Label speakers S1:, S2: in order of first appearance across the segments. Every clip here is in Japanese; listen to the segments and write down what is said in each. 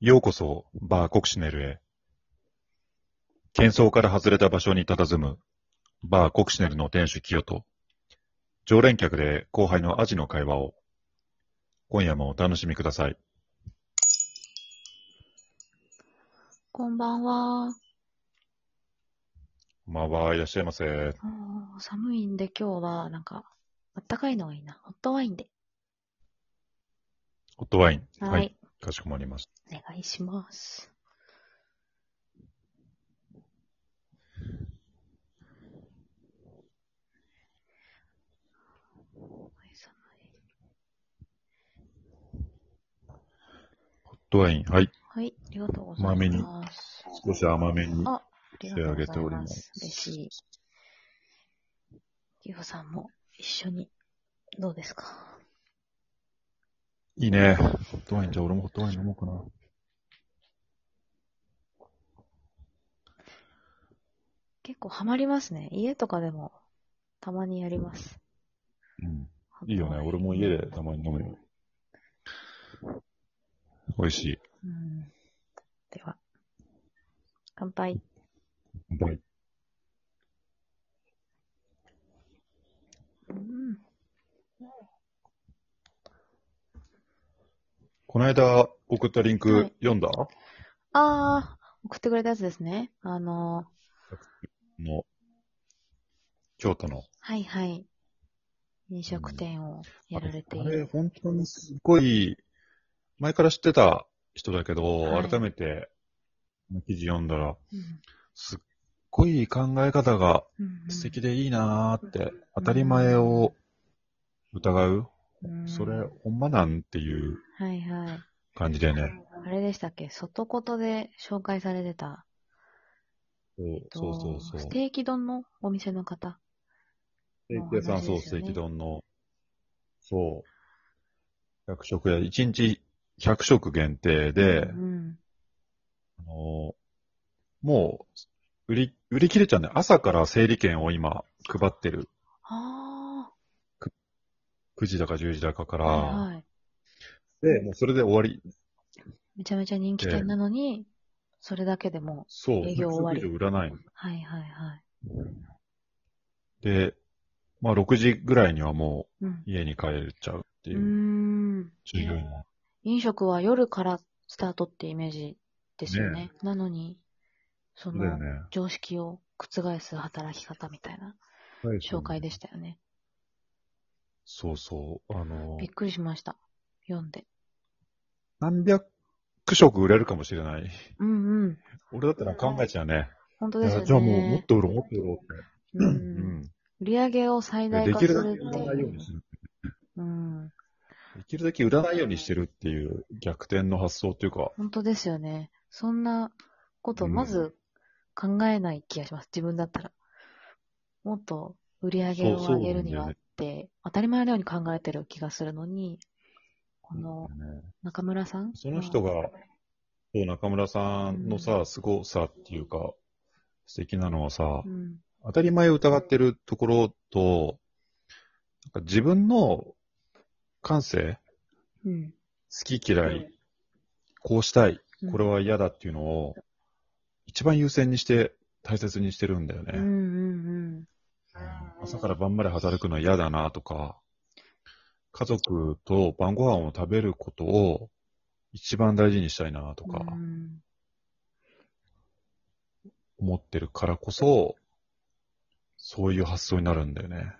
S1: ようこそ、バーコクシネルへ。喧騒から外れた場所に佇む、バーコクシネルの店主キヨと、常連客で後輩のアジの会話を、今夜もお楽しみください。
S2: こんばんは。
S1: こんばんはいらっしゃいませ。
S2: もう寒いんで今日は、なんか、あったかいのがいいな。ホットワインで。
S1: ホットワイン。
S2: はい。
S1: かしこまりまし
S2: お願いします。
S1: た。
S2: 寒い
S1: ホットワイン。はい。
S2: はい、ありがとうございます。
S1: 豆に少し甘めに。
S2: ああり
S1: 仕
S2: がと
S1: 上
S2: うご
S1: げ
S2: ざ
S1: て
S2: い
S1: おり
S2: ま
S1: ます
S2: す。嬉しい。ゆうさんも一緒に、どうですか
S1: いいね。ホットワインじゃあ俺もホットワイン飲もうかな。
S2: 結構ハマりますね。家とかでもたまにやります。
S1: うん。いいよね。俺も家でたまに飲むよ。美味しい。
S2: うん。では、乾杯。
S1: 乾杯
S2: うん。
S1: この間送ったリン
S2: は
S1: ク
S2: い
S1: 読んだ、
S2: あー、送ってくれたやつですね。あの、
S1: の、京都の。
S2: はいはい。飲食店をやられてい
S1: あれ、
S2: る。
S1: 本当にすごい、前から知ってた人だけど、
S2: はい
S1: 改めて、記事読んだら、
S2: うん
S1: すっごい考え方が
S2: うんうん
S1: 素敵でいいなーって、当たり前を疑う、
S2: うん
S1: それ、ほんまなんっていう
S2: はいはい。
S1: 感じでね。
S2: あれでしたっけ外言で紹介されてた、
S1: そうそうそう
S2: と
S1: そう
S2: ス。テーキ丼のお店の方。
S1: ステーキ屋さん、
S2: 同じ
S1: そう、
S2: です
S1: ステ
S2: よね
S1: ーキ丼の、そう、100食屋、1日100食限定で、
S2: うん
S1: あのもう、売り、売り切れちゃうんで、朝から整理券を今配ってる。
S2: あ
S1: 9時だか10時だかか
S2: あ、
S1: ら、
S2: はいはい。
S1: で、もうそれで終わり。
S2: めちゃめちゃ人気店なのに、それだけでも、
S1: そう、
S2: 営業終わり
S1: 100食以上売らないの。
S2: はいはいはい。
S1: で、まあ6時ぐらいにはも
S2: うん。
S1: う家に帰っちゃうって
S2: う
S1: い
S2: ー
S1: う、
S2: ん。
S1: 従業員も。
S2: 飲食は夜からスタートってイメージですよね。
S1: ね
S2: なのに、
S1: そ
S2: そ
S1: うだよ
S2: の
S1: ね。
S2: 常識を覆す働き方みたいな紹介でしたよね。
S1: そうそう。あの
S2: びっくりしました。読んで。
S1: 何百食売れるかもしれない。
S2: うんうん。
S1: 俺だったら考えちゃうね。
S2: 本当です
S1: い
S2: よ
S1: や
S2: ね。
S1: じゃあもうもっと売ろう、もっと売ろうって。
S2: う。
S1: うんん。
S2: 売り上げを最大
S1: で
S2: 化
S1: き
S2: す
S1: るだけ
S2: る
S1: 売
S2: って
S1: らない
S2: い
S1: ように
S2: う。
S1: する。
S2: うん。
S1: できるだけ売らないようにしてるっていう逆転の発想っていうか、
S2: 本当ですよね。そんなこと、まず考えない気がします。自分だったら。もっと売り上げを
S1: そうそう
S2: 上げるには
S1: な
S2: っ
S1: ん
S2: て、当たり前のように考えてる気がするのに、この
S1: ね
S2: 中村さん
S1: その人が、そう中村さんのさ、凄さっていうか、素敵なのはさ
S2: う、ん。
S1: 当たり前を疑ってるところと、なんか自分の感性、
S2: うん。
S1: 好き嫌い、こうしたい、
S2: うん
S1: これは嫌だっていうのを、一番優先にして大切にしてるんだよね。
S2: うんうん
S1: 朝から晩まで働くのは嫌だなとか、家族と晩ご飯を食べることを一番大事にしたいなと
S2: うん。
S1: か
S2: うん
S1: 思ってるからこそ、そういう発想になるんだよね。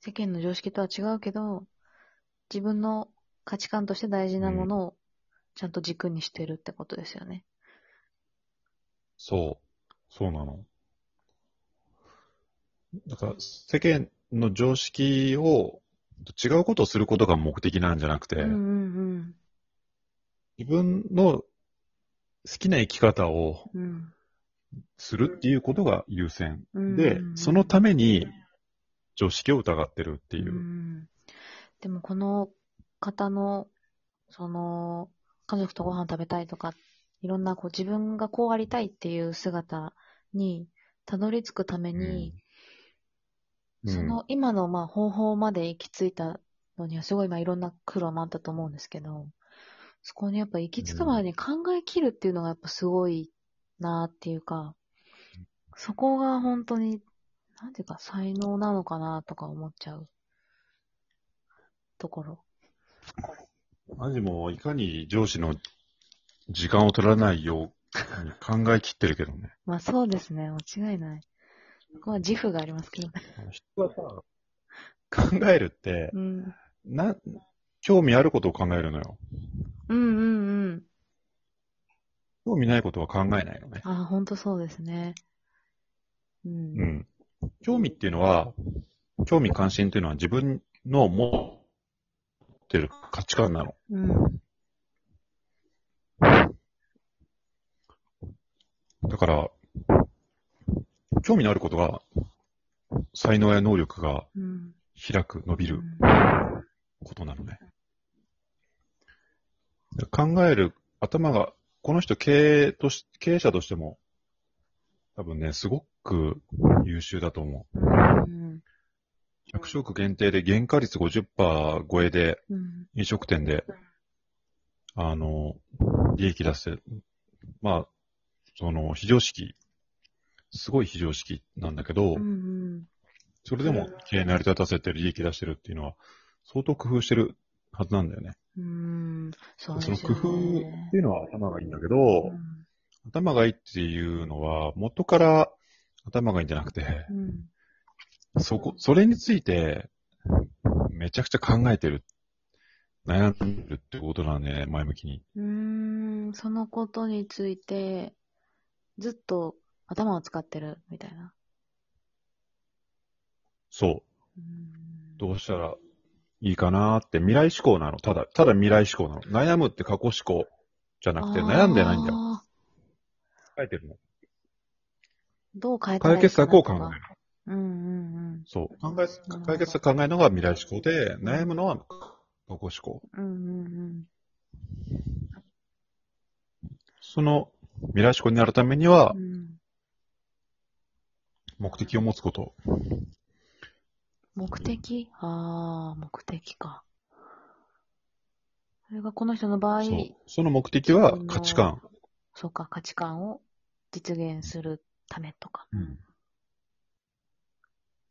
S2: 世間の常識とは違うけど、自分の価値観として大事なものをちゃんと軸にしてるってことですよね。
S1: そう。そうなの。だから、世間の常識を違うことをすることが目的なんじゃなくて、
S2: うんうん
S1: 自分の好きな生き方を
S2: うん。うん
S1: するっていうことが優先。
S2: うん
S1: で、そのために常識を疑ってるっていうう。
S2: んでもこの方の、その、家族とご飯食べたいとか、いろんなこう自分がこうありたいっていう姿にたどり着くために、
S1: うん
S2: その今のまあ方法まで行き着いたのにはすごいまあいろんな苦労もあったと思うんですけど、そこにやっぱ行き着くまでに考え切るっていうのがやっぱすごいなっていうか、そこが本当に、なんていうか才能なのかなとか思っちゃうところ。
S1: アジもいかに上司の時間を取らないように考えきってるけどね。
S2: まあそうですね、間違いない。そこは自負がありますけどね。
S1: 人はさ、考えるって、
S2: うん。
S1: な、興味あることを考えるのよ。
S2: うんうんうん。
S1: 興味ないことは考えないのね。
S2: あ、本当そうですね。うん。
S1: う。ん。興味っていうのは、興味関心っていうのは自分の持ってる価値観なの。
S2: うん。
S1: だから、興味のあることが、才能や能力が
S2: うん。
S1: 開く、伸びることなのね。考える頭が、この人経営とし、経営者としても、多分ね、すごく優秀だと思う。
S2: うん。
S1: 100食限定で原価率50%超えで
S2: うん。
S1: 飲食店で、あの、利益出して、まあ、その、非常識、すごい非常識なんだけど、
S2: うん。
S1: それでも経営成り立たせて利益出してるっていうのは、相当工夫してるはずなんだよね。
S2: うん。そうです
S1: そ
S2: よ
S1: の
S2: ね。
S1: 工夫っていうのは頭がいいんだけど、
S2: うん
S1: 頭がいいっていうのは、元から頭がいいんじゃなくて、
S2: うん。
S1: そこ、それについて、めちゃくちゃ考えてる。悩んでるってことなんで、前向きに。
S2: うーん、そのことについて、ずっと頭を使ってるみたいな。
S1: そう。
S2: うーん
S1: どうしたらいいかなーって、未来志向なの。ただ、ただ未来志向なの。悩むって過去思考じゃなくて、悩んでないんだよ。
S2: あ
S1: 考えてるの。
S2: ーどう変えたらい
S1: 解
S2: いかな
S1: 決策を
S2: と
S1: 考
S2: か
S1: える。
S2: うんうん
S1: そう。考え、解決策考えるのが未来志向で、悩むのは過去思考。
S2: うん。うんうんうん。
S1: その未来志向になるためには
S2: う、ん、
S1: 目的を持つこと。
S2: 目的ああ、目的か。それがこの人の場合、
S1: そう。その目的は価値観。
S2: そうか、価値観を実現するためとか。
S1: うん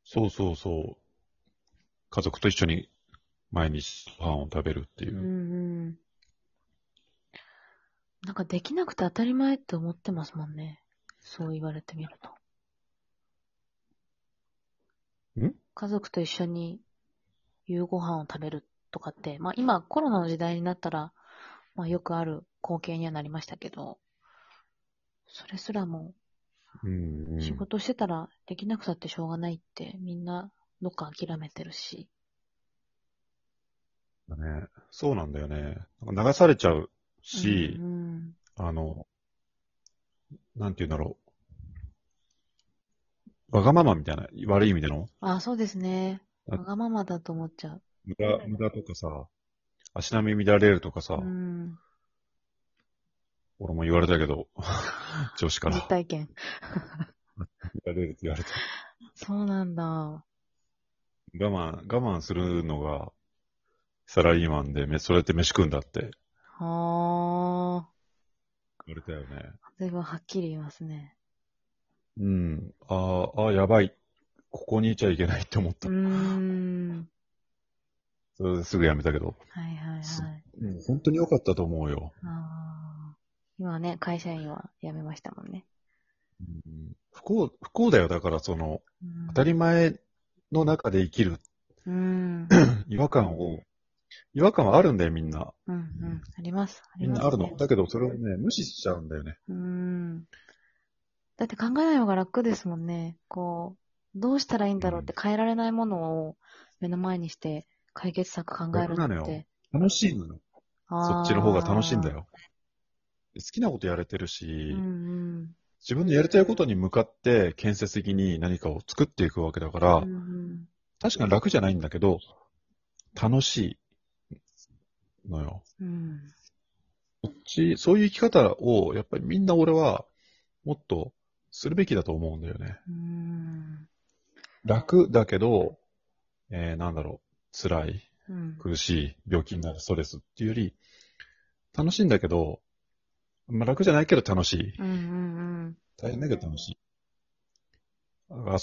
S1: そうそうそう。家族と一緒に毎日ご飯を食べるっていうう。
S2: んうん。なんかできなくて当たり前って思ってますもんね。そう言われてみると。
S1: ん
S2: 家族と一緒に夕ご飯を食べるとかって、まあ今コロナの時代になったら、まあよくある光景にはなりましたけど、それすらも
S1: うんうん
S2: 仕事してたらできなくたってしょうがないってみんなどっか諦めてるし。
S1: だね。そうなんだよね。なんか流されちゃうし
S2: う、ん
S1: あの、なんて言うんだろう。わがままみたいな、悪い意味での
S2: うん、あ、そうですね。
S1: あ
S2: わがままだと思っちゃう。
S1: 無駄、無駄とかさ、足並み乱れるとかさ、
S2: うん。
S1: 俺も言われたけど、 上司から
S2: 実体験。
S1: 乱れるって言われた。
S2: そうなんだ。
S1: 我慢、我慢するのが、サラリーマンで、めそれって飯食うんだって
S2: はあ。
S1: 言われたよね。
S2: 随分はっきり言いますね。
S1: うん。ああ、ああ、やばい。ここにいちゃいけないって思っ
S2: う
S1: た
S2: ー。ん。
S1: それですぐやめたけど。
S2: はいはい
S1: す
S2: はい。
S1: うん、本当に良かったと思うよ。
S2: あー今はね、会社員は辞めましたもんね。
S1: うん、不幸、不幸だよ。だから、その、
S2: うん
S1: 当たり前の中で生きる
S2: うん。
S1: 違和感を、違和感はあるんだよ、みんな。
S2: うんうん。あります。あり
S1: みん
S2: ます、
S1: なあるの。だけど、それをね、無視しちゃうんだよね。
S2: うん。だって考えない方が楽ですもんね。こう、どうしたらいいんだろうって変えられないものを目の前にして解決策考える
S1: 楽なの
S2: の
S1: よ
S2: って。
S1: 楽しいのよ。そ
S2: そ
S1: っちの方が楽しいんだ。よ。好きなことやれてるし、
S2: うんうん。
S1: 自分のやりたいことに向かって建設的に何かを作っていくわけだから、
S2: うんうん
S1: 確かに楽じゃないんだけど、楽しいのよ。
S2: うん。
S1: しそういう生き方を、やっぱりみんな俺は、もっとするべきだと思うんだよね。
S2: うーん。
S1: 楽だけど、えー、なんだろう、辛い、
S2: うん。
S1: 苦しい、病気になる、ストレスっていうより、楽しいんだけど、まあ、楽じゃないけど楽しい。
S2: うんうん
S1: 大変だけど楽しい。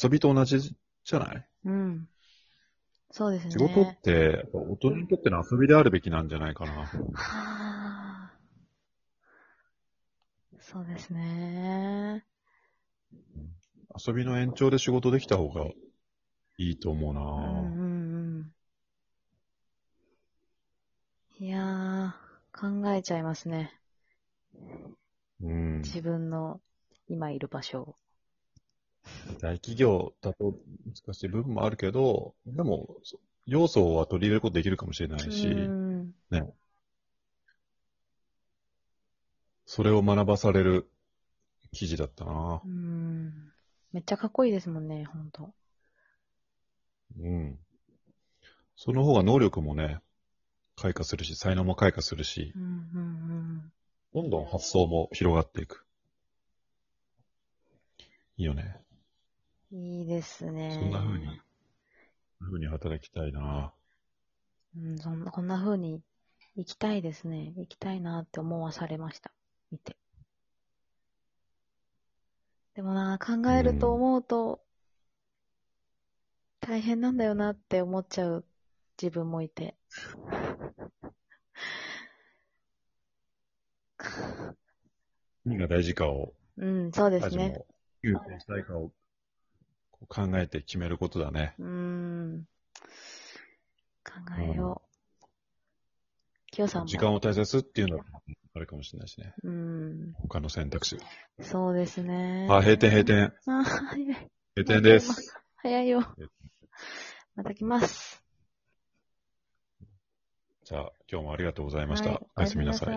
S1: 遊びと同じじゃない
S2: うん。うん。そうですね。
S1: 仕事って、やっぱ大人にとっての遊びであるべきなんじゃないかな。
S2: はあ。そうですね。
S1: 遊びの延長で仕事できた方がいいと思う
S2: うんう
S1: な、
S2: んうん。いやー、考えちゃいますね。
S1: うん。
S2: 自分の今いる場所を。
S1: 大企業だと難しい部分もあるけど、でも、そ要素は取り入れることできるかもしれな
S2: う
S1: いし、
S2: ん。
S1: それを学ばされる記事だったな
S2: うん。めっちゃかっこいいですもんね、ほんと。
S1: うん。その方が能力もね、開花するし、才能も開花するし
S2: う、んうん
S1: どんどん発想も広がっていく。いいよね。
S2: うん。いいですね。
S1: そんな風に、そんな風に働きたいな
S2: うん、そんな、こんな風に行きたいですね。行きたいなって思わされました。見て。でもな、考えると
S1: うん
S2: 思うと、大変なんだよなって思っちゃう自分もいて。
S1: 何が大事かを、
S2: うん、そうです
S1: 味
S2: ね。
S1: も、優先したいかをこう考えて決めることだね。
S2: うん。考えよう。きよさん
S1: 時
S2: も。
S1: 間を大切にするっていうのはあるかもしれないしね。
S2: うん、
S1: 他の選択肢。
S2: そうですね。
S1: あ、閉店、閉 店。
S2: あ、早い。
S1: 閉店です。
S2: 早いよ。また来ます。
S1: じゃあ、今日もありがとうございました。
S2: はい
S1: おやすみなさい。